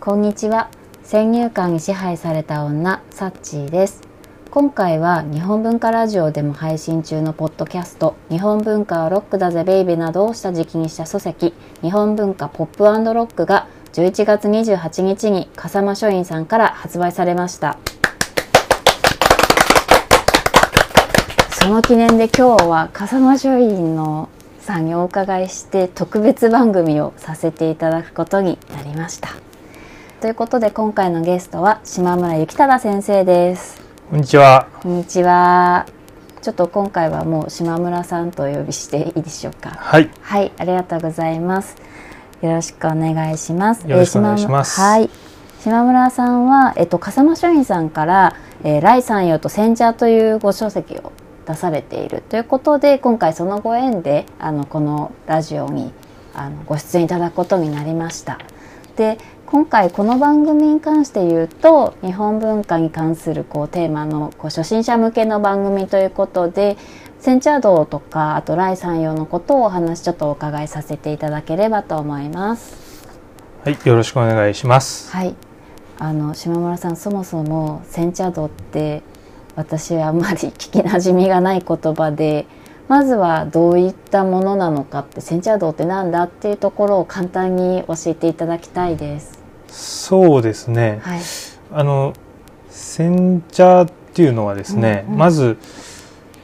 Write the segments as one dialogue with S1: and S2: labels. S1: こんにちは先入観に支配された女サッチーです今回は日本文化ラジオでも配信中のポッドキャスト「日本文化はロックだぜベイベ」などを下敷きにした書籍「日本文化ポップロック」が11月28日に笠間書院さんから発売されましたその記念で今日は笠間書院のさんにお伺いして特別番組をさせていただくことになりました。ということで今回のゲストは島村幸忠先生です。
S2: こんにちは。
S1: こんにちは。ちょっと今回はもう島村さんとお呼びしていいでしょうか。
S2: はい。
S1: はい、ありがとうございます。よろしくお願いします。
S2: よろしくお願いします
S1: えー島村はい。島村さんは、えっと、笠間書院さんから、えー、来山陽と煎茶というご書籍を出されているということで、今回そのご縁で、あの、このラジオに、あの、ご出演いただくことになりました。で、今回この番組に関して言うと、日本文化に関するこうテーマのこう初心者向けの番組ということで、センチャードとかあとライさん用のことをお話ちょっとお伺いさせていただければと思います。
S2: はい。よろしくお願いします。
S1: はい、あの島村さんそもそもセンチャードって私はあんまり聞きなじみがない言葉で、まずはどういったものなのかってセンチャードってなんだっていうところを簡単に教えていただきたいです。
S2: そうですね。
S1: はい、
S2: あの、煎茶っていうのはですね、
S1: うんうん
S2: まず、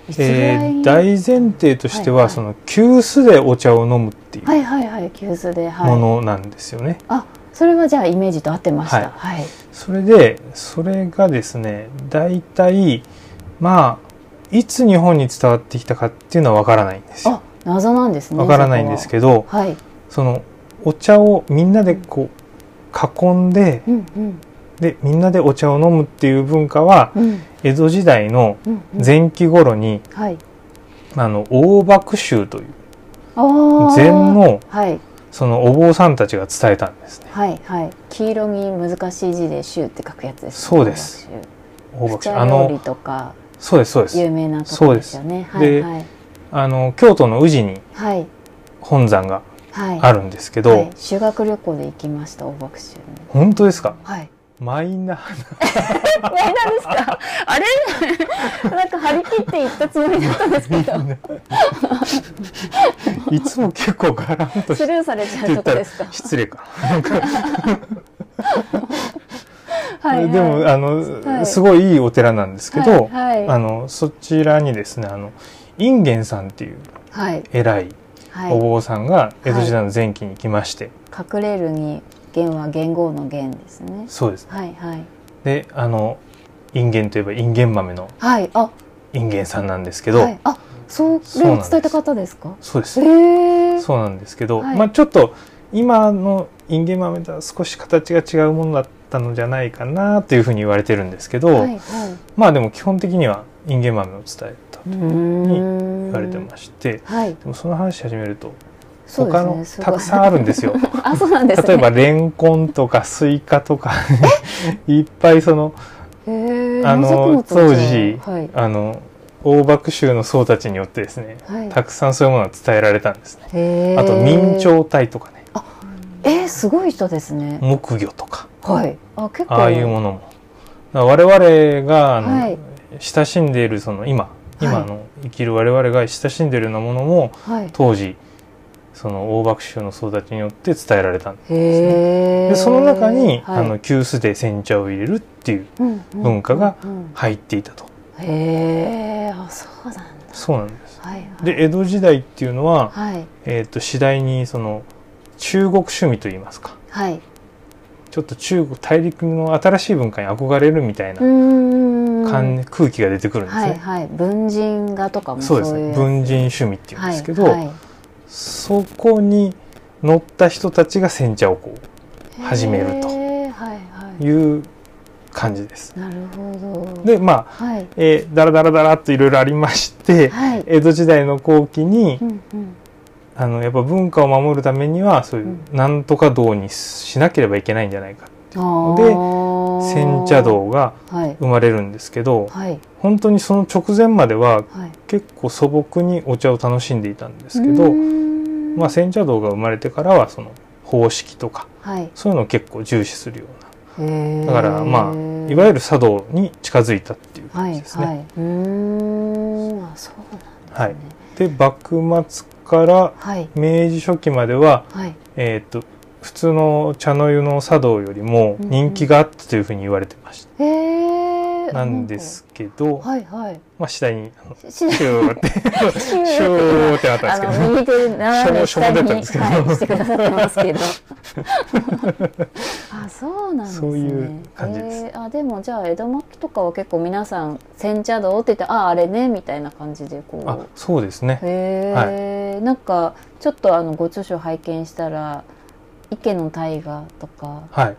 S1: いつぐ
S2: え
S1: らい
S2: ー
S1: に
S2: 大前提としては、
S1: はいはい
S2: その、急須でお茶を飲むっていう
S1: はいはいはい急須で、はい、
S2: ものなんですよね。
S1: あそれはじゃあイメージと合ってました。はい、
S2: それで、それがですね、大体、まあ、いつ日本に伝わってきたかっていうのはわからないんですよ。
S1: あ謎なんですね。
S2: わからないんですけど
S1: ど、はい、
S2: その、お茶をみんなでこう、囲んで、
S1: うんうん。
S2: でみんなでお茶を飲むっていう文化は
S1: うん
S2: 江戸時代の
S1: うんうん
S2: 前期頃に、
S1: はい、
S2: あの大幕衆という
S1: 禅
S2: 禅の
S1: はい
S2: そのお坊さんたちが伝えたんですね
S1: はいはい黄色に難しい字で「衆」って書くやつですね
S2: そうです大
S1: 大幕
S2: 幕
S1: 衆
S2: 衆
S1: あ
S2: あ
S1: の料理
S2: の
S1: とか
S2: そうですそうです
S1: 有名なところですよね
S2: そうです
S1: はい
S2: あの京都の宇治に
S1: はいはい
S2: 本山が
S1: はい
S2: あ
S1: る
S2: るんですけど、
S1: 修学旅行で行きました大爆衆に
S2: 本当ですか
S1: はい
S2: マイナー
S1: マイナーです かあれなんか張り切って行ったつもりだったんですけ ど
S2: ないつも結構ガランと
S1: ス
S2: して
S1: ルーされちゃ
S2: っ
S1: う
S2: て
S1: と
S2: 言っ
S1: こ
S2: た
S1: で
S2: ら
S1: す か
S2: 失礼かなんか
S1: はいはい
S2: でもあの、
S1: はい
S2: すごいいいお寺なんですけど、
S1: はいは
S2: あ
S1: い
S2: のそちらにですねあのインゲンさんっていう
S1: はい
S2: 偉い
S1: はい
S2: お坊さんが江戸時代の前期に来まして、
S1: 隠れるに弦は元号の弦ですね。
S2: そうです
S1: はいはい
S2: であのインゲンといえばインゲン豆の
S1: はいあ
S2: インゲンさんなんですけど、
S1: はいあそれを伝えた方ですか。
S2: そうです、
S1: へえ
S2: そうなんですけど、
S1: はい
S2: まあちょっと今のインゲン豆とは少し形が違うものだったのじゃないかなというふうに言われてるんですけど、
S1: はいはい。
S2: まあでも基本的にはインゲン豆を伝えたと
S1: 言
S2: 言われてまして、
S1: はい。
S2: でもその話始めると
S1: そう
S2: 他
S1: で
S2: の
S1: すね。
S2: たくさんあるんですよ。
S1: ん。 あそうなんですね。
S2: 例えばレンコンとかスイカとか いっぱいその
S1: へえ
S2: あの
S1: 農作物
S2: 当
S1: じゃ
S2: 時
S1: はい
S2: あの大幕衆の僧たちによってですね
S1: はい。
S2: たくさんそういうものが伝えられたんですね
S1: へー
S2: あと明。朝体とかね
S1: えーすごい人ですね。
S2: 木魚とか
S1: はい。あ結構
S2: ああいうものもだから我々があの、
S1: はい
S2: 親しんでいるその今今
S1: はい
S2: の生きる我々が親しんでいるようなものも
S1: はい。
S2: 当時その大幕衆の僧たちによって伝えられたんです
S1: へえ。
S2: でその中に、
S1: はい
S2: あの急須で煎茶を入れるっていう
S1: うんうん
S2: 文化が
S1: うんうん
S2: 入っていたと
S1: へえあそうなんだ。
S2: そうなんです
S1: はいはい。
S2: で江戸時代っていうのは、
S1: はい
S2: えー、と次第にその中国趣味といいますか
S1: はい。
S2: ちょっと中国大陸の新しい文化に憧れるみたいな
S1: うーん
S2: 感空気が出てくるんですね、
S1: はいはい文人画とかも
S2: そ
S1: そううい
S2: で
S1: う
S2: すね文人趣味っていうん
S1: は
S2: で
S1: い
S2: すけど、
S1: はい
S2: そこに乗った人たちが煎茶をこ始めると
S1: へーはいうは
S2: いう感じです
S1: いなるほど
S2: でまあ
S1: はい
S2: えー、だらだらだらっといろいろありまして、
S1: はい
S2: 江戸時代の後期に、
S1: うんうん
S2: あのやっぱ文化を守るためにはそういううんなんとか道にしなければいけないんじゃないか
S1: あー
S2: で煎茶道が
S1: はい
S2: 生まれるんですけど
S1: はい
S2: 本当にその直前までは
S1: はい
S2: 結構素朴にお茶を楽しんでいたんで
S1: です
S2: けど、
S1: ま
S2: まあ、煎茶道が生まれてからはその方式とか
S1: はい。
S2: そういうのを結構重視するよ
S1: だ
S2: うだからまあいわ
S1: る
S2: ゆる茶道に近づいたっていう
S1: は
S2: 感
S1: い
S2: じですね。
S1: はい。うーん。あ、そうな
S2: は
S1: ん
S2: い
S1: ですね。
S2: で幕末から
S1: はい。
S2: 明治初期までは、
S1: はい。
S2: えー、と普通の茶の湯の茶道よりも人気があったというふうに言われてました。
S1: へえ。
S2: なんですけど、
S1: あ。なんかはいはい。
S2: まあ次第にあの
S1: し
S2: シューって
S1: シュー
S2: シューってなったん
S1: あ
S2: ですけ
S1: の
S2: ど
S1: 右手斜め
S2: しょ
S1: 下
S2: うもしょうもだ
S1: に、
S2: ったんですけど
S1: はい、してくださってます けど。あ、そうなんですね。
S2: そういう感じです
S1: えーあ、でもじゃあ江戸末期とかは結構皆さん煎茶道って言って、あ、あれねみたいな感じでこ
S2: あ
S1: う。
S2: そうですね
S1: へえ、なんかちょっとあのご著書拝見したら池の大河とか
S2: はい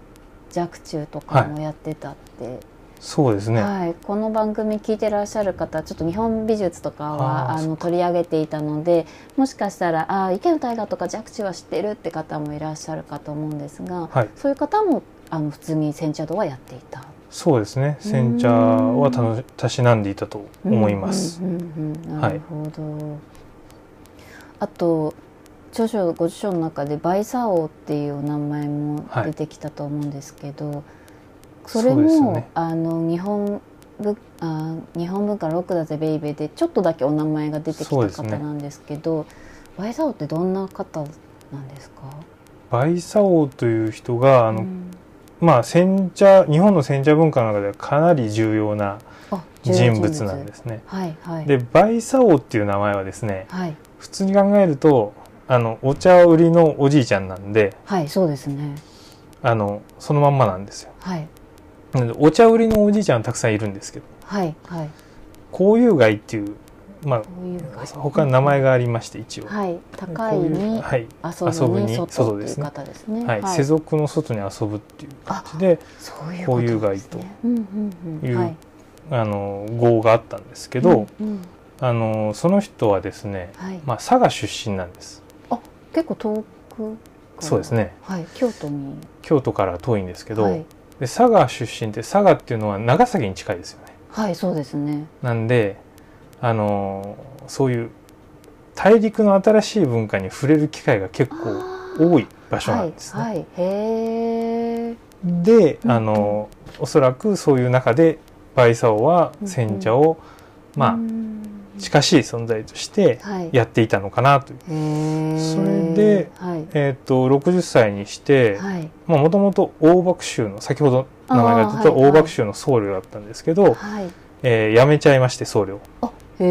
S1: 若冲とかもやってたって、はい
S2: そうですね、
S1: この番組聞いてらっしゃる方ちょっと日本美術とかは
S2: あー
S1: あ
S2: そ
S1: の取り上げていたのでもしかしたらあー池の大河とか若冲は知ってるって方もいらっしゃるかと思うんですが、
S2: はい
S1: そういう方もあの普通に煎茶道はやっていた。
S2: そうですね煎茶はたのたしなんでいたと思います、
S1: うんうんうんうんなるほど。あと著書ご著書の中で「バイサオ」っていうお名前も出てきたと思うんですけど、それ
S2: そうです
S1: も、
S2: よね
S1: あの日本ぶあ日本文化ロックだぜベイベーでちょっとだけお名前が出てきた
S2: そうです
S1: 方
S2: ね
S1: なんですけどバイサオってどんな方なんですか
S2: バイサオという人があの、
S1: うん
S2: まあ煎茶日本の煎茶文化の中ではかなり重要な
S1: あ重要。
S2: 人物なんですすね
S1: はいはい、
S2: でバイサオっていう名前はですね
S1: はい
S2: 普通に考えるとあのお茶売りのおじいちゃんなんで
S1: はい、そうですね。
S2: あのそのまんまなんですよ
S1: はい
S2: なのでお茶売りのおじいちゃんはたくさんいるんですけど
S1: はいはい。
S2: 交友街っていうまあ
S1: こういう感じ
S2: 他に名前がありまして一応、
S1: はい、
S2: で
S1: 高い
S2: こう
S1: に
S2: うはい
S1: 遊ぶに
S2: 遊
S1: 外って
S2: ぶに外で
S1: いう
S2: すね
S1: 方ですね。
S2: はい世俗の外に遊ぶっていう感じで
S1: そういう
S2: こういう
S1: こと
S2: 街
S1: です
S2: と
S1: ね。うんうんうん
S2: いう
S1: はい
S2: あの号があったんですけど、
S1: うんうん
S2: あのその人はですね、
S1: はい。
S2: まあ、佐賀出身なんです
S1: 結構遠くから。
S2: そうです。ね
S1: はい、京都に。
S2: 京都から遠いんですけど、
S1: はい
S2: で佐賀出身って佐賀っていうのは長崎に近いですよね
S1: はい、そうですね。
S2: なんであのそういう大陸の新しい文化に触れる機会が結構
S1: あー
S2: 多い場所なんですね、
S1: はいはい、へえ。
S2: で
S1: うん
S2: あの、おそらくそういう中でバイサオは煎茶を、まあ近しい存在として
S1: あ、はい。
S2: やっていたのかなという、
S1: へー
S2: それで
S1: はい
S2: えー、と60歳にして
S1: はい
S2: もともと大幕州の先ほど名前が出た
S1: あーはい
S2: 大幕州の僧侶だったんですけど、
S1: はい。
S2: えー辞めちゃいまして僧侶
S1: あ、へ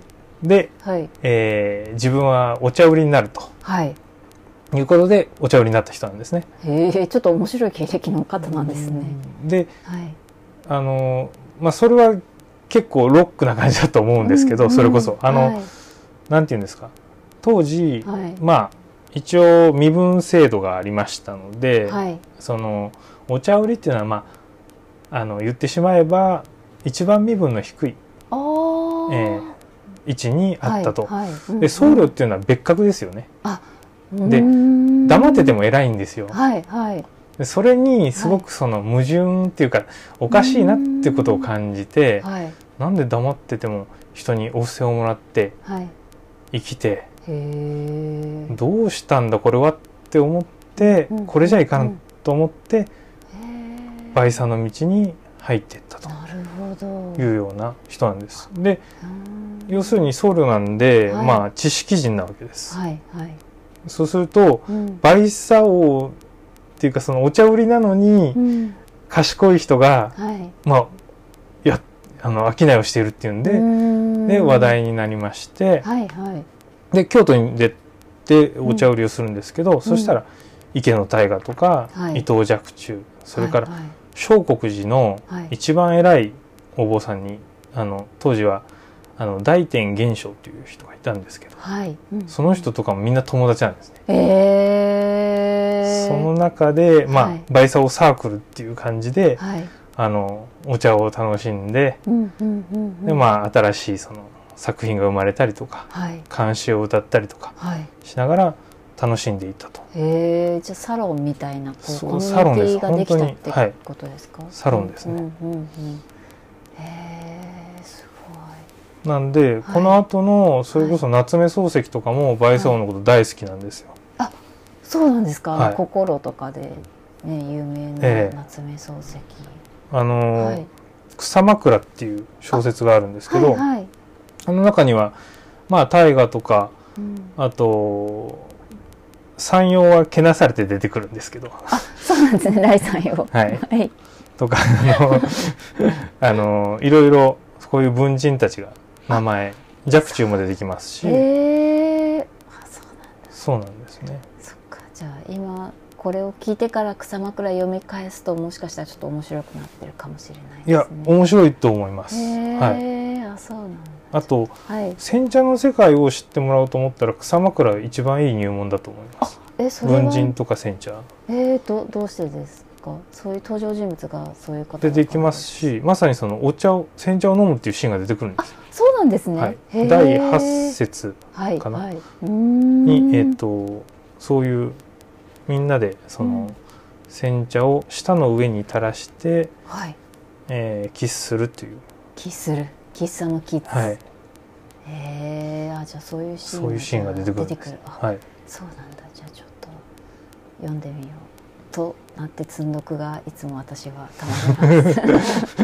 S1: え。
S2: で、
S1: はい
S2: えー自分はお茶売りになると
S1: はい。
S2: いうことでお茶売りになった人なんですね。
S1: へえ、ちょっと面白い経歴の方なんですね。
S2: で
S1: はい。
S2: あのまあそれは結構ロックな感じだと思うんですけど、
S1: う
S2: それこそあの、
S1: はい
S2: なんて言うんですか当時、
S1: はい
S2: まあ一応身分制度がありましたので、
S1: はい
S2: そのお茶売りっていうのはまああの言ってしまえば一番身分の低い、
S1: あー
S2: えー位置にあったと。
S1: はいはい
S2: で僧侶っていうのは別格ですよねで黙
S1: 黙
S2: ってて
S1: も
S2: も偉いんですよ
S1: はいはい
S2: でそれにすごくその矛盾っていうかおかしいなってことを感じて
S1: はい
S2: なんで黙ってても人にお布施をもらって
S1: はい
S2: 生きて
S1: へえ
S2: どうしたんだこれはって思って
S1: うん
S2: これじゃいかんと思って
S1: な
S2: 倍差の道に入っていったと
S1: るほど
S2: いうような人なんです。で
S1: うん
S2: 要するに僧侶なんで、
S1: はい
S2: まあ知識人なわけです。
S1: はいはい
S2: そうすると
S1: うん
S2: 倍差をっていうかそのお茶売りなのに
S1: うん
S2: 賢い人が
S1: はい
S2: まあ、いやあの商いをしているっていうんで,、
S1: で
S2: で話題になりまして、
S1: はいはい
S2: で京都に出てお茶売りをするんですけど、そしたら池の大河とか、
S1: はい
S2: 伊藤若冲それから
S1: はい
S2: 聖国寺の
S1: はいはい
S2: 一番偉いお坊さんにあの当時はあの大天元正という人がいたんですけど
S1: はいうん
S2: その人とかもみんな友達なんですね。
S1: へえ
S2: その中で、まあ
S1: はい
S2: バイサオサークルっていう感じで、
S1: はい
S2: あのお茶を楽しんで、
S1: うんうんうん
S2: で
S1: うん
S2: まあ新しいその作品が生まれたりとか
S1: はい
S2: 監修を歌ったりとか
S1: はい
S2: しながら楽しんでいったと
S1: へえじゃあサロンみたいなこう
S2: そ
S1: コ
S2: う
S1: ミ
S2: サロ
S1: ュ
S2: ンです
S1: ニティができたっ
S2: 本当にはい
S1: てことですか、
S2: サロンですね
S1: うんうんうんうんへえす
S2: なんで、この後のそれこそ夏目漱石とかも倍イのこと大好きなんですよ、
S1: ごそうなんですか、あの
S2: はい
S1: 心とかで、ね、有名
S2: ええ
S1: な夏目漱石、
S2: あのー
S1: はい
S2: 草枕」っていう小説があるんですけど、
S1: はいはい、
S2: あの中にはまあ大河とか
S1: うん、
S2: あと山陽はけなされて出てくるんで すけど、
S1: そうなんですねライさんよ
S2: はい
S1: はい、
S2: とかあの あのいろいろこういう文人たちが名前若冲も出てきますし、
S1: えー、あそうなん
S2: そうなんですね
S1: そっかじゃあ今これを聞いてから草枕読み返すともしかしたらちょっと面白くなってるかもしれない
S2: いや
S1: ですね。
S2: 面白いと思います、
S1: へ
S2: はい、
S1: え、あそうなんだ。
S2: あと
S1: はい。
S2: 煎茶の世界を知ってもらおうと思ったら草枕は一番いい入門だと思います
S1: えそれは
S2: 文人とか煎茶
S1: えー、どどうしてですか。そういう登場人物がそういう方
S2: 出てきます。しまさにそのお茶を煎茶を飲むっていうシーンが出てくるんです、
S1: そうなんですね。
S2: はい
S1: へー、
S2: 第8節
S1: はい
S2: かな
S1: はい。うーん
S2: に、えっとそういうみんなでその、
S1: うん
S2: 煎茶を舌の上に垂らして、
S1: はい。
S2: えーキスするという、
S1: キスする。喫茶のキッズ。
S2: はい、
S1: へえ、あじゃあそういうシーンが
S2: そういうシーンが出てくるん
S1: 出
S2: で
S1: てく
S2: す
S1: る。あ
S2: はい、
S1: そうなんだじゃあちょっと読んでみようとなって積んどくがいつも私はた まります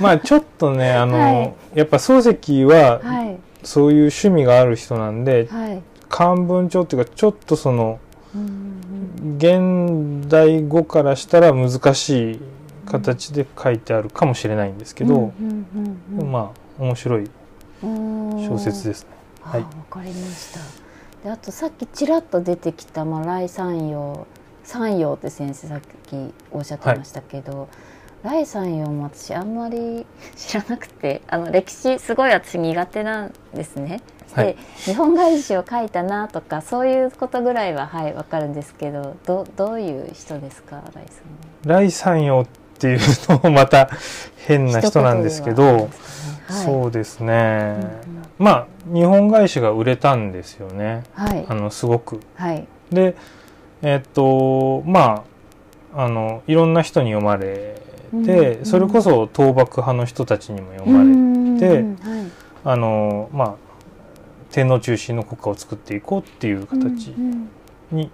S2: まあちょっとねあの、
S1: はい
S2: やっぱ漱石は
S1: はい
S2: そういう趣味がある人なんで、
S1: はい
S2: 漢文帳っていうかちょっとその
S1: うんうん
S2: 現代語からしたら難しい形で書いてあるかもしれないんですけど、
S1: うんうんうん
S2: でもまあ面白い
S1: うん
S2: 小説ですね。
S1: あ
S2: はい
S1: わかりましたであとさっきちらっと出てきた、まあ、来三陽三陽って先生さっきおっしゃってましたけど、来三陽も私あんまり知らなくてあの歴史すごい私苦手なんですね。で、
S2: はい
S1: 日本外史を書いたなとかそういうことぐらいははいわかるんですけどどどういう人ですか来三
S2: 来山陽っていうのもまた変
S1: 陽
S2: な人なんですけ
S1: 一言ではは
S2: ど、
S1: い
S2: そうですね、
S1: うんうん
S2: まあ日本外資が売れたんですよね
S1: はい
S2: あのすごく。
S1: はい
S2: でえっとまああのいろんな人に読まれて、
S1: うん
S2: それこそ倒幕派の人たちにも読まれて、
S1: ま
S2: て
S1: はい
S2: あのまあ天皇中心の国家を作っていこうっていう形に、
S1: うん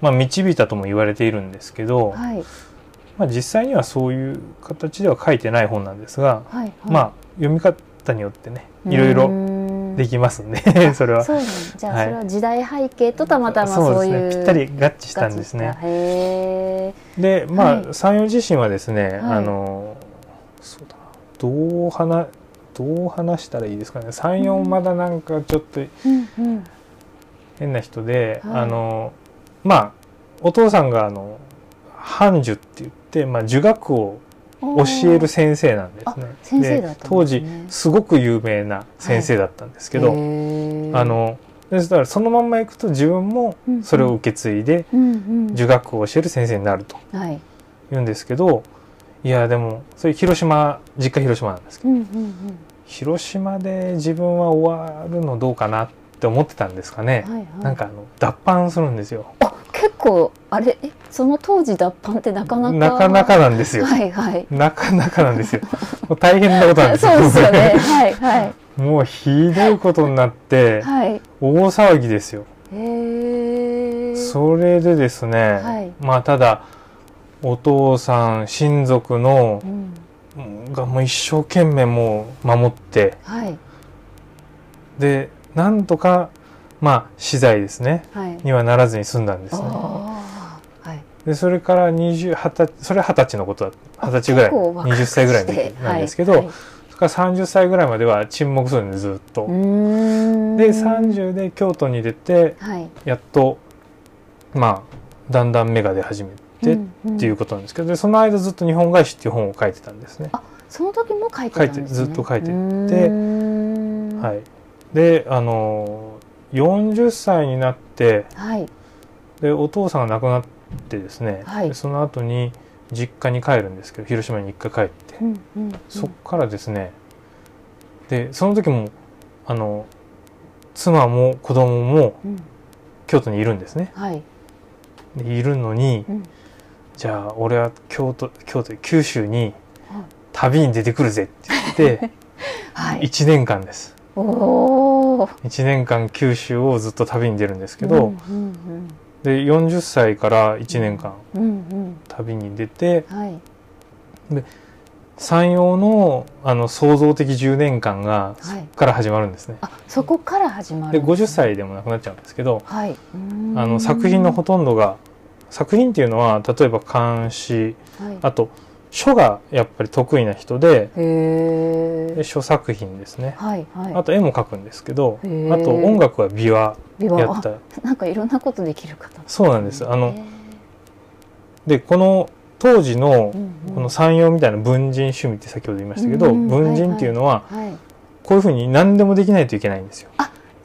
S2: まあ、導いたとも言われているんですけ
S1: う
S2: ど、
S1: んはい
S2: まあ、実際にはそういう形では書いてない本なんですが、
S1: はいはい
S2: まあ読み方によってねいろいうろ
S1: ーん
S2: できますんで それは
S1: そうなんですじゃあ、
S2: はい
S1: それは時代背景とたまたまそう
S2: です
S1: いう
S2: ねぴったり合致したんです
S1: ガチ
S2: ね
S1: したへ
S2: でまあ、
S1: はい
S2: 山陽自身はですね、
S1: い
S2: あのそうだなどう話どう話したらいいですかね山陽まだなんかちょっと
S1: え、うんうん、
S2: 変な人で、
S1: はい
S2: あのまあお父さんがあの半寿って言って、まあ、儒学を
S1: おー
S2: 教える先生なんですね。
S1: 先生だったん
S2: 当
S1: です
S2: 時
S1: ね
S2: すごく有名な先生だったんですけど、
S1: へー
S2: あ、のですからそのまんまいくと自分もそれを受け継いで
S1: うんうん、
S2: 儒学を教える先生になると
S1: はい、
S2: 言うんですけどいやでもそれ広島実家広島なんですけど
S1: うんうんうん、
S2: 広島で自分は終わるのどうかなって思ってたんですかね、
S1: はいはい、
S2: なんかあの脱藩するんですよ
S1: あ結構あれえその当時脱藩ってなかなか
S2: なかなかなんですよ、
S1: はいはい
S2: なかなかなんですよもう大変なことなんですよ
S1: そうですよねはい はい
S2: もうひどいことになって
S1: はい
S2: 大騒ぎですよ
S1: へえ
S2: それでですね、
S1: はい
S2: まあただお父さん親族の
S1: うん、
S2: がもう一生懸命もう守って
S1: はい
S2: でなんとかまあ資材ですね
S1: はい
S2: にはならずに済んだんですね
S1: あーはい
S2: でそれから20 20歳それは20歳のことだ20歳ぐら
S1: 結
S2: い
S1: 構若く
S2: 20歳ぐらいの
S1: して
S2: 時なんですけど、
S1: はいはい
S2: それから30歳ぐらいまでは沈黙するんでずっと、で
S1: で
S2: 30で京都に出て
S1: はい
S2: やっとまあだんだん芽が出始めて、っていう
S1: か
S2: ことなんですけどでその間ずっと「日本返し」っていう本を書いてたんですね。
S1: その時も書いてたんです、ね、
S2: 書いてずっと書いてて
S1: うーん
S2: は
S1: はい
S2: い、であの40歳になって
S1: はい
S2: でお父さんが亡くなってですね、
S1: はい
S2: でその後に実家に帰るんですけど広島に一回帰って、
S1: うんうんうん
S2: そっからですねでその時もあの妻も子供も
S1: うん
S2: 京都にいるんですね。
S1: はい
S2: でいるのに
S1: うん
S2: じゃあ俺は京都京都九州に旅に出てくるぜって 言って
S1: はい
S2: 1年間です。
S1: おお
S2: 1年間九州をずっと旅に出るんですけど、
S1: うんうん
S2: で40歳から1年間
S1: うん
S2: 旅に出て
S1: うんはい
S2: 山陽のあの創造的10年間がそ
S1: はい
S2: こから始まるんですね。
S1: あそこから始まる
S2: で
S1: んですね
S2: 50歳でもなくなっちゃうんですけど
S1: はい
S2: あの作品のほ
S1: と、
S2: とんどが作品っていうのは例えば漢詩
S1: はい、
S2: あと書がやっぱり得意な人で
S1: へえ
S2: で書作品ですね。
S1: はいはい
S2: あと絵も描くんですけど
S1: へー
S2: あと音楽は琵琶
S1: ビ
S2: や
S1: ワ
S2: っ
S1: あ
S2: た
S1: なんかいろんなことできる方
S2: そうなんですあの
S1: へ
S2: でこの当時の
S1: ーうんうん
S2: この山陽みたいな文人趣味って先ほど言いましたけ
S1: う
S2: ど
S1: んうん
S2: 文人っていうのは
S1: はい
S2: こういうふうに何でもできないといけないんですよ。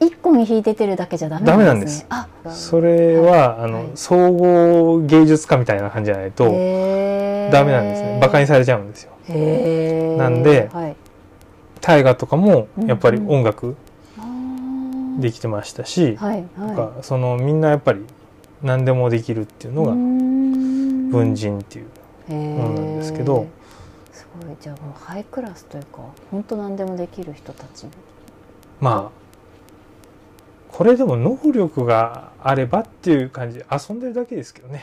S1: 一個に引いててるだけじゃダメ
S2: ダメな
S1: なんん
S2: で
S1: ですすねあ
S2: それはあ
S1: はい
S2: の総合芸術家みたいな感じじゃないとダ
S1: ダ
S2: メなんですねバカに
S1: さ
S2: されちゃうんですよ。
S1: へー
S2: なんで
S1: はい、
S2: 大河とかもやっぱり音楽
S1: あー
S2: できてましたし
S1: はいは
S2: ないんかそのみんなやっぱり何でもできるっていうのが文
S1: 文
S2: 人っていう
S1: も
S2: のなんですけど
S1: すごいじゃあもうハイクラスというか本当何でもできる人た ち
S2: まあこれでも能力があればっていう感じで遊んでるだけですけどね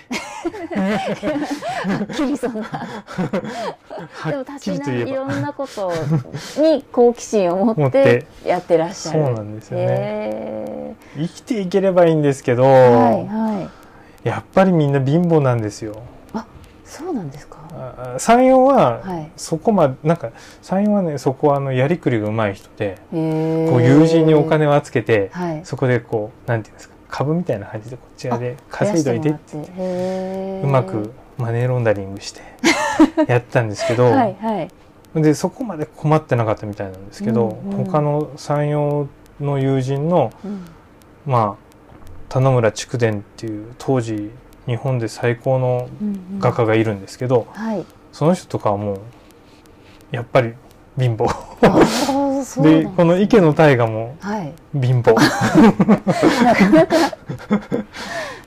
S1: キリさんがで
S2: は
S1: も
S2: っき
S1: 立
S2: り
S1: ち
S2: と
S1: な
S2: 言
S1: い
S2: え
S1: ろ
S2: ば
S1: んなことに好奇心を持
S2: 持
S1: っ
S2: って
S1: てやってらっしゃ
S2: そ
S1: る
S2: うなんですよね
S1: へ
S2: 生きていければいいんですけど、
S1: ーはいはい
S2: やっぱりみんな貧乏なんですよ
S1: そうなんですか
S2: あ山陽は
S1: はい
S2: そこまで、なんか山陽はねそこはあのやりくりがうまい人で
S1: へー
S2: こう友人にお金を預けて、
S1: はい
S2: そこでこうなんていうんですか株みたいな感じでこっち側で稼いどいて
S1: 増やしてもらってへー
S2: うまくマネーロンダリングしてやったんですけど、
S1: はいはい
S2: でそこまで困ってなかったみたいなんですけど、
S1: うんうん
S2: 他の山陽の友人の
S1: うん
S2: まあ田野村筑伝っていう当時日本で最高の
S1: うんうん
S2: 画家がいるんですけど、
S1: はい
S2: その人とかはもうやっぱり貧乏
S1: あーそうなん
S2: で
S1: だ
S2: この池の大河も
S1: はい
S2: 貧 乏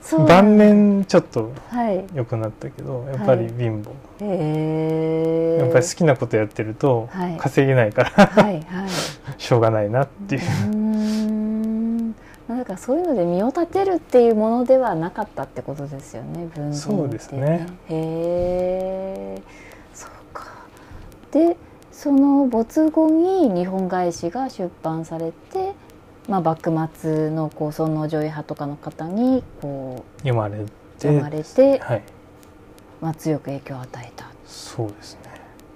S1: そうなんだ
S2: 晩年ちょっと
S1: はいへ
S2: 良くなったけどやっぱり
S1: はい
S2: 貧乏、
S1: え
S2: やっぱり好きなことやってると
S1: はい
S2: 稼げないから、
S1: はいはい
S2: しょうがないなっていうう、
S1: ーんなんかそういうので身を立てるっていうものではなかったってことですよね文人って、
S2: そうですね
S1: へえそうかでその没後に日本返しが出版されて、まあ、幕末のこう尊王攘夷派とかの方にこう
S2: 読まれて
S1: 読まれて、
S2: はい
S1: まあ、強く影響を与えた
S2: そうですね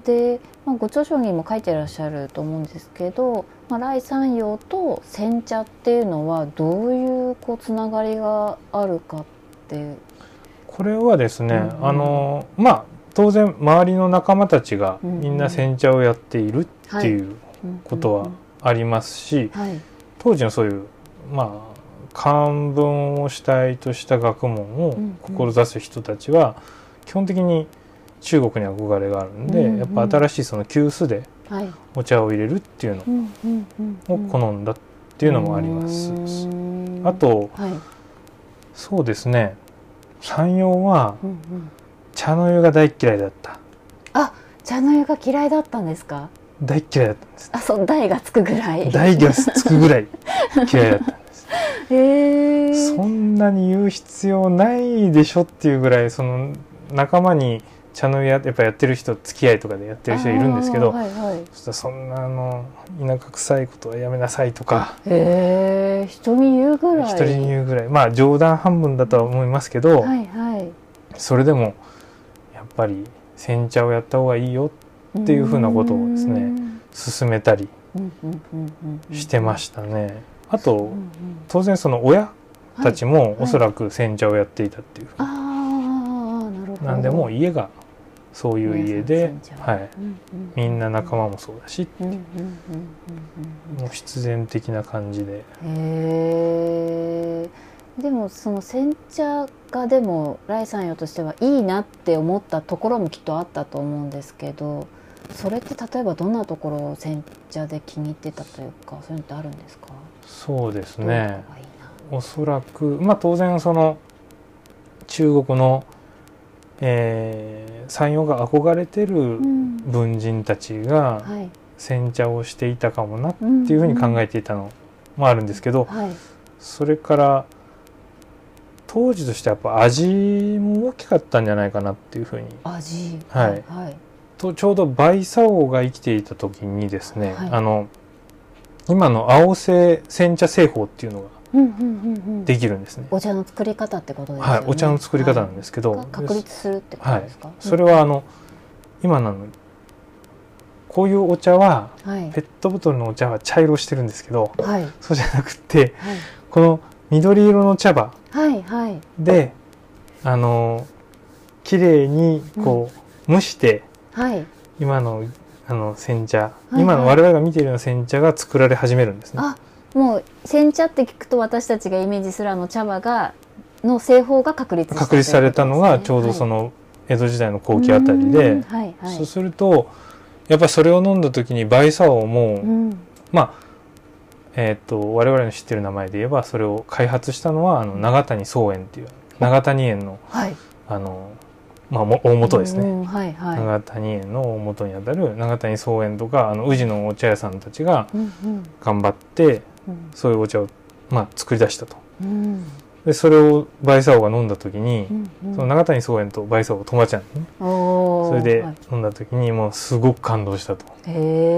S1: で、まあ、ご著書にも書いてらっしゃると思うんですけど、まあ、来山陽と煎茶っていうのはどういうこうつながりがあるかっていう。
S2: これはですね、
S1: うんうん
S2: あのまあ当然周りの仲間たちがみんな煎茶をやっているっていうことはありますし
S1: はい、はい
S2: 当時のそういうまあ漢文を主体とした学問を
S1: うんうん
S2: 志す人たちは基本的に中国に憧れがあるんで、
S1: うんうん
S2: やっぱ新しいその急須で
S1: はい
S2: お茶を入れるっていうの
S1: うんうんうんう
S2: を
S1: ん
S2: 好んだっていうのもあります。
S1: うーん
S2: あと
S1: はい、
S2: そうですね山陽は
S1: うんうん、
S2: 茶の湯が大っ嫌いだった
S1: 茶の湯が嫌いだったんですか
S2: 大っ嫌いだったんです
S1: あそう台がつくぐらい
S2: 大がつくぐらい嫌いだったんです
S1: へえ
S2: そんなに言う必要ないでしょっていうぐらいその仲間に茶の湯ややっぱやってる人付き合いとかでやってる人いるんですけ
S1: あ
S2: ど、
S1: ーはいはい、
S2: そしたらそんなあの田舎臭いことはやめなさいとか
S1: へえ人に言うぐらい
S2: 一人に言うぐらいまあ冗談半分だとは思いますけど、
S1: はいはい
S2: それでもやっぱり煎茶をやった方がいいよっていうふうなことをですね勧めたりしてま
S1: し
S2: したね。あと
S1: うん
S2: 当然その親
S1: うん
S2: たちも
S1: はい
S2: おそらく煎茶をやっていたっていう、
S1: はい、ああなるほど
S2: なんでもう
S1: い、
S2: 家がそういう家で
S1: 皆さん煎、茶
S2: はい、
S1: うんうん
S2: みんな仲間もそうだし
S1: うんうんうんうん
S2: もう必然的な感じで
S1: うんうんへえでもその煎茶がでもライさんよとしてはいいなって思ったところもきっとあったと思うんですけどそれって例えばどんなところを煎茶で気に入ってたというかそういうのってあるんですか
S2: そうです
S1: どういう
S2: ね
S1: のがいいな
S2: おそらくまあ当然その中国の、えー、山陽が憧れてる
S1: うん
S2: 文人たちが
S1: はい、
S2: 煎茶をしていたかもな
S1: っ
S2: っ
S1: て
S2: いうふうに考
S1: え
S2: えていたのもあるんですけど
S1: はい
S2: それから当時としてはやっぱ味も大きかったんじゃないかなっていうふうに
S1: 味
S2: はい
S1: はい
S2: とちょうど倍佐王が生きていた時にですね、
S1: はい
S2: あの今の青瀬煎茶製法っていうのが
S1: うんうんうんうん
S2: できるんですね、
S1: お茶の作り方ってことですよね
S2: はい、お茶の作り方なんですすけど、
S1: 確立するってことですか
S2: それはあの今なのこういうお茶は
S1: うんはい
S2: ペットボトルのお茶は茶色してるんですけど
S1: はい
S2: そうじゃなくって
S1: はい
S2: この緑色の茶葉
S1: はいはい
S2: であの綺麗にこう、蒸して
S1: はい
S2: 今のあの煎茶、
S1: いはい
S2: 今の我々が見ているような煎茶が作られ始めるんですね。
S1: あもう煎茶って聞くと私たちがイメージするあの茶葉がの製法が確立した
S2: 確立されたのがちょうどそ
S1: の
S2: の江戸時代の後期あたりで、
S1: はいはい
S2: そうするとやっぱそれを飲んだ時にバイサオ
S1: う
S2: も、
S1: ん
S2: まあえっと我々の知ってる名前で言えばそれを開発したのはあの長谷宗園っていう長谷園の
S1: はい
S2: あの、まあ、も大元ですね、
S1: うんはいは
S2: 長谷園の大元にあたる長谷宗園とかあの宇治のお茶屋さんたちが
S1: いうんうん
S2: 頑張って
S1: うん
S2: そういうお茶を、まあ、作り出したと。
S1: うん
S2: でそれを梅沢が飲んだ時に、
S1: うんうん
S2: その長谷宗園と梅沢が友達なんですね
S1: お
S2: そ
S1: ー
S2: れで
S1: はい
S2: 飲んだ時にもうすごく感動したと、
S1: へ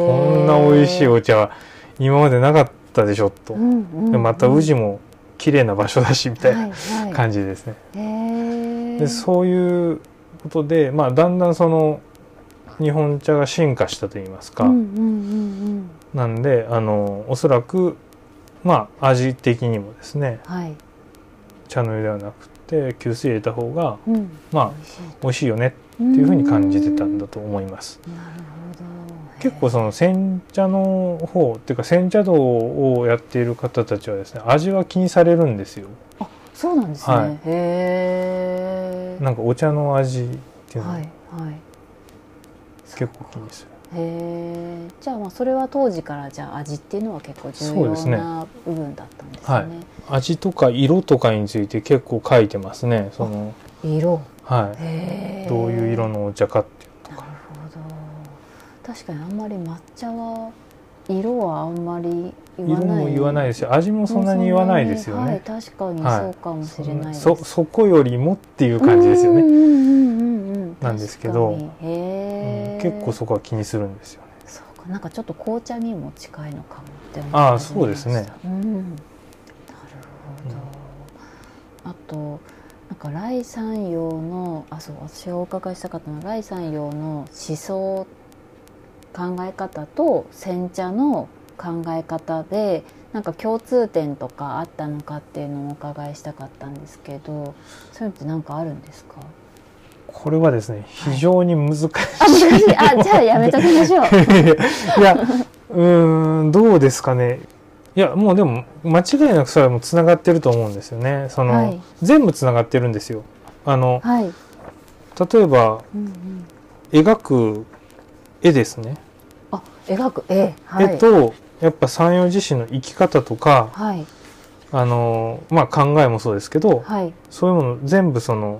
S2: こん
S1: ー
S2: な美味しいお茶は今までなかったでしょと、
S1: うんうんうん
S2: でまた宇治も綺麗な場所だしみたいな
S1: はいはい
S2: 感じですね、
S1: へー
S2: でそういうことで、まあ、だんだんその日本茶が進化したといいますか、
S1: うんうんうんうん
S2: なんであのおそらくまあ味的にもですね
S1: はい
S2: 茶の湯ではなくて急須入れた方が
S1: うん
S2: まあ
S1: 美味しい
S2: 美味しいよね
S1: って
S2: っていう風に感じてたんだと思います。
S1: なるほど
S2: 結構その煎茶の方っていうか煎茶道をやっている方たちはですね味は気にされるんですよ。
S1: そうなんですね、
S2: はい
S1: へえ
S2: なんかお茶の味っていうのを
S1: はいはい
S2: 結構気にする。
S1: へえじゃあまあそれは当時からじゃあ味っていうのは結構重
S2: そうです
S1: 要
S2: ね
S1: な部分だったんですね
S2: は味とか色とかについて結構書いてますね。その
S1: 色
S2: はい、
S1: へえ
S2: どういう色
S1: なる
S2: のお茶かっていう
S1: ほど確かにあんまり抹茶は色はあんまり言わ
S2: 色
S1: ない
S2: も言わないですし味もそんなに言わないですよ
S1: はい
S2: ね。
S1: 確かに
S2: はい
S1: そうかもしれないです、
S2: そそこよりもっていう感じですよ
S1: うん
S2: ね。
S1: うんうんうんうん
S2: なんですけど
S1: 確かにへ
S2: う
S1: え
S2: ん結構そこは気にするんですよね。
S1: そうか、なんかちょっと紅茶にも近いのかもって思い
S2: あ
S1: 始め
S2: あ
S1: ました
S2: そうですね。
S1: うん、なるほど。あとなんか来山陽のあそう私がお伺いしたかったのは来山陽の思想考え方と煎茶の考え方でなんか共通点とかあったのかっていうのをお伺いしたかったんですけどそういうのって何かあるんですか
S2: これはですね非常に難しい
S1: あ難しい あじゃあやめときましょう
S2: いや、うーん、どうですかね。いや、もうでも、間違いなくそれはもう繋がってると思うんですよね。その、
S1: はい
S2: 全部繋がってるんですよ。あの、
S1: はい、
S2: 例えば、
S1: うんうん、
S2: 描く絵ですね。
S1: あ描く絵はい
S2: 絵と、やっぱ山陽自身の生き方とか、
S1: はい
S2: あの、まあ考えもそうですけど、
S1: はい。
S2: そういうもの全部その、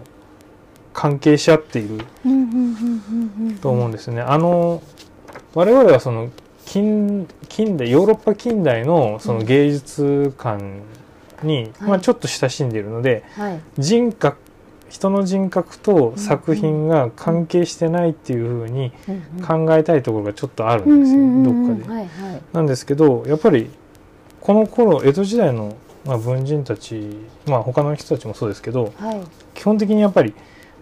S2: 関係し合っていると思うん
S1: で
S2: ですね。あの、我々はその、近近代ヨーロッパ近代のその芸術観に、
S1: うん
S2: ま
S1: は
S2: あ、
S1: い
S2: ちょっと親しんでいるので、
S1: す。はい。
S2: 人格人の人格と作品が関係してないっていうふうに考えたいところがちょっとあるんですよ、どっかで。
S1: はいはい。
S2: なんですけどやっぱりこの頃江戸時代の、まあ、文人たち、まあ、他の人たちもそうですけど
S1: はい。
S2: 基本的にやっぱり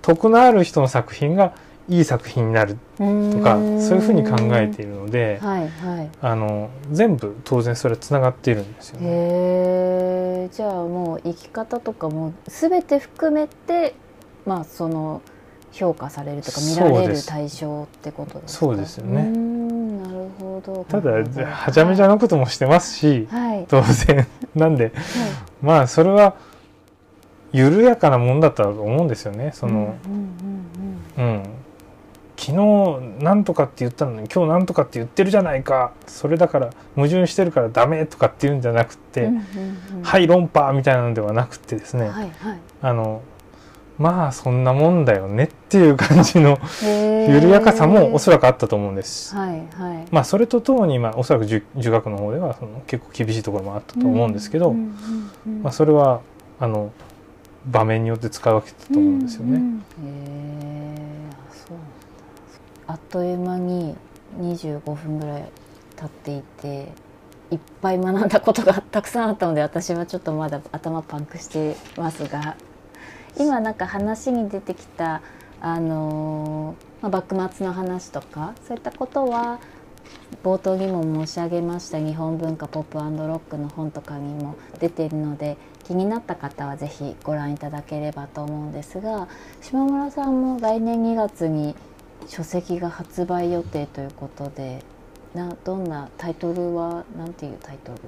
S2: 得のある人の作品がいい作品になると
S1: と
S2: かそういうふうに考えているので、
S1: はいはい。
S2: あの全部当然それはつながっているんですよね。
S1: へえ。じゃあもう生き方とかもすべて含めてまあその評価されるとか見ら
S2: そう
S1: れ
S2: で
S1: る
S2: す
S1: 対象ってことですか。
S2: そうですよね
S1: うーんなるほど。
S2: た
S1: な
S2: だ
S1: るほど
S2: はちゃめちゃなこともしてますし、
S1: はいはい。
S2: 当然 なんで
S1: はい
S2: まあそれは緩やかなもんだったと思うんですよねその、
S1: うんうん
S2: うん昨日なんとかって言ったのに今日なんとかって言ってるじゃないかそれだから矛盾してるからダメとかっていうんじゃなくて、
S1: うんうん。うんうんうん
S2: はい論破みたいなのではなくてですね、
S1: はいはい。
S2: あのまあそんなもんだよねっていう感じの緩
S1: 緩
S2: やかさもおそらくあったと思うんです。
S1: はいはい。
S2: まあ、それとともに、まあ、おそらく儒儒学の方ではその結構厳しいところもあったと思うんですけど、
S1: うんうんうんうん
S2: まあ、それはあの場面によって使い分けてたと思うんですよね。
S3: うん
S1: へえあそうなんだあっという間に25分ぐらい経っていていっぱい学んだことがたくさんあったので私はちょっとまだ頭パンクしてますが今なんか話に出てきたあのーまあ、幕末の話とかそういったことは冒頭にも申し上げました日本文化ポップロックの本とかにも出ているので気になった方はぜひご覧いただければと思うんですが島村さんも来年2月に書籍が発売予定ということでなどんなタイトルはなんていうタイトル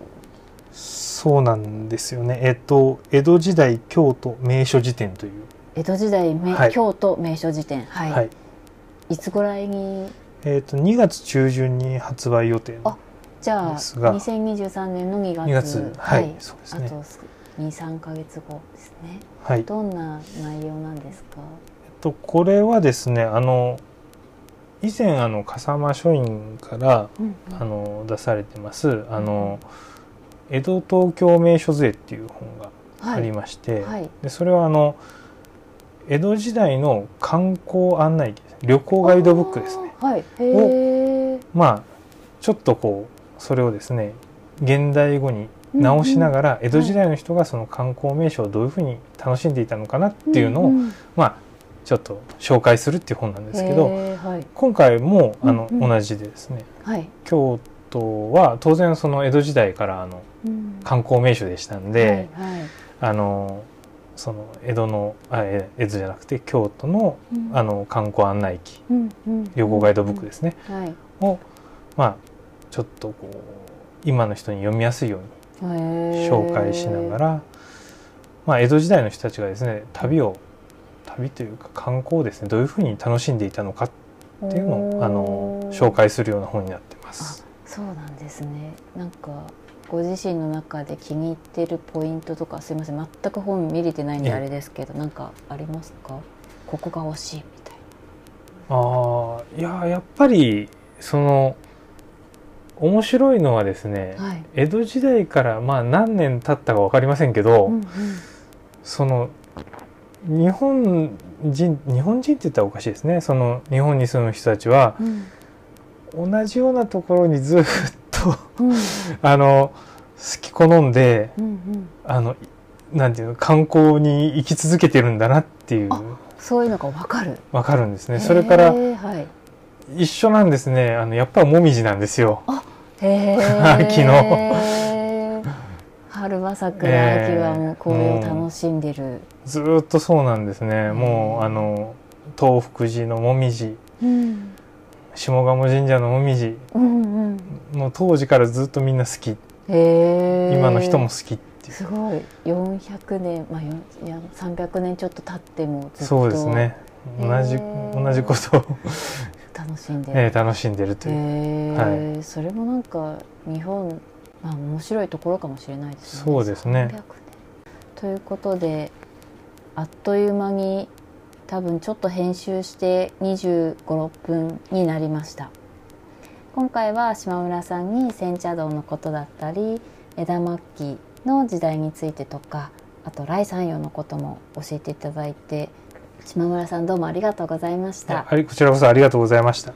S2: そうなんですよね。えっと江戸時代京都名所辞典という、
S1: 江戸時代、め
S2: はい
S1: 京都名所辞典はい、
S2: はい
S1: い、つぐらいに
S2: えっと2月中旬に発売予定の
S1: あじゃあ
S2: ですが
S1: 2023年の2月
S2: 2月はい、そうです
S1: あ
S2: ね。
S1: と23か月後ですね
S2: はい。
S1: どんな内容なんですか
S2: えっとこれはですねあの以前あの笠間書院から
S1: うん
S2: あの出されてますあの江戸東京名所図絵っていう本がありまして、
S1: はい
S2: でそれはあの江戸時代の観光案内記です旅行ガイドブックですね。
S1: あーはいへえ
S2: まあちょっとこうそれをですね現代語に直しながら江戸時代の人がその観光名所をどういうふうに楽しんでいたのかなっていうのを
S1: んん
S2: まあちょっと紹介するっていう本なんですけど
S1: へーはい
S2: 今回もあの
S1: うんうん
S2: 同じでですね
S1: はい、
S2: 京都は当然その江戸時代からあの
S1: うん
S2: 観光名所でしたんで
S1: はいはい
S2: あのその江戸のあえ江戸じゃなくて京都の
S1: うん
S2: あの観光案内記
S1: うんうん
S2: 旅行ガイドブックですね
S1: うんはい
S2: をまあちょっとこう今の人に読みやすいように紹
S1: 紹
S2: 介しながら、まあ、江戸時代の人たちがですね旅を旅というか観光をですねどういうふうに楽しんでいたのか
S1: ら
S2: っていうのをあの紹介するような本になってます。
S1: そうなんですねなんかご自身の中で気に入ってるポイントとかすいません全く本見れてないんで
S2: ええ
S1: あれですけどなんかありますかここが惜しいみたい
S2: あーいややっぱりその面白いのはですね、
S1: なはい、
S2: 江戸時代からまあ何年経ったか分かりませんけど、
S1: うんうん、
S2: その日本人日本人って言ったらおかしいですねその日本に住む人たちは
S1: うん
S2: 同じようなところにずっと
S1: うん
S2: あの好き好んで
S1: うんうん
S2: あのいなんていうの観光に行き続けてるんだなっていう
S1: あそういうのがわかる
S2: わかるんですねそれから
S1: へーはい
S2: 一緒なんですねあのやっぱりもみじなんですよ
S1: へ
S2: 秋
S1: の春は桜、
S2: えー
S1: 秋はもう紅葉を楽しんでる、
S2: ずーっとそうなんですね
S1: ん
S2: もうあの東福寺のもみじ
S1: うん、
S2: 下鴨神社のもみじ
S1: うんうん
S2: もう当時からずっとみんな好き
S1: へえ
S2: 今の人も好きっていう
S1: すごい400年まあよんいや300年ちょっと経ってもずっ
S2: そう
S1: と
S2: ですね
S1: へ
S2: 同
S1: ー
S2: じ同じことを、
S1: 楽しんで
S2: えー楽しんでると
S1: へ
S2: いう
S1: え、それもなんか日本まあ面白いところかもしれないですね
S2: そうですね
S1: 300年ということであっという間に多分ちょっと編集して2 5 6分になりました今回は島村さんに煎茶道のことだったり枝末期の時代についてとかあと来山陽のことも教えていただいて島村さんどうもありがとうございまし
S2: いや
S1: た
S2: ありこちらこそありがとうございました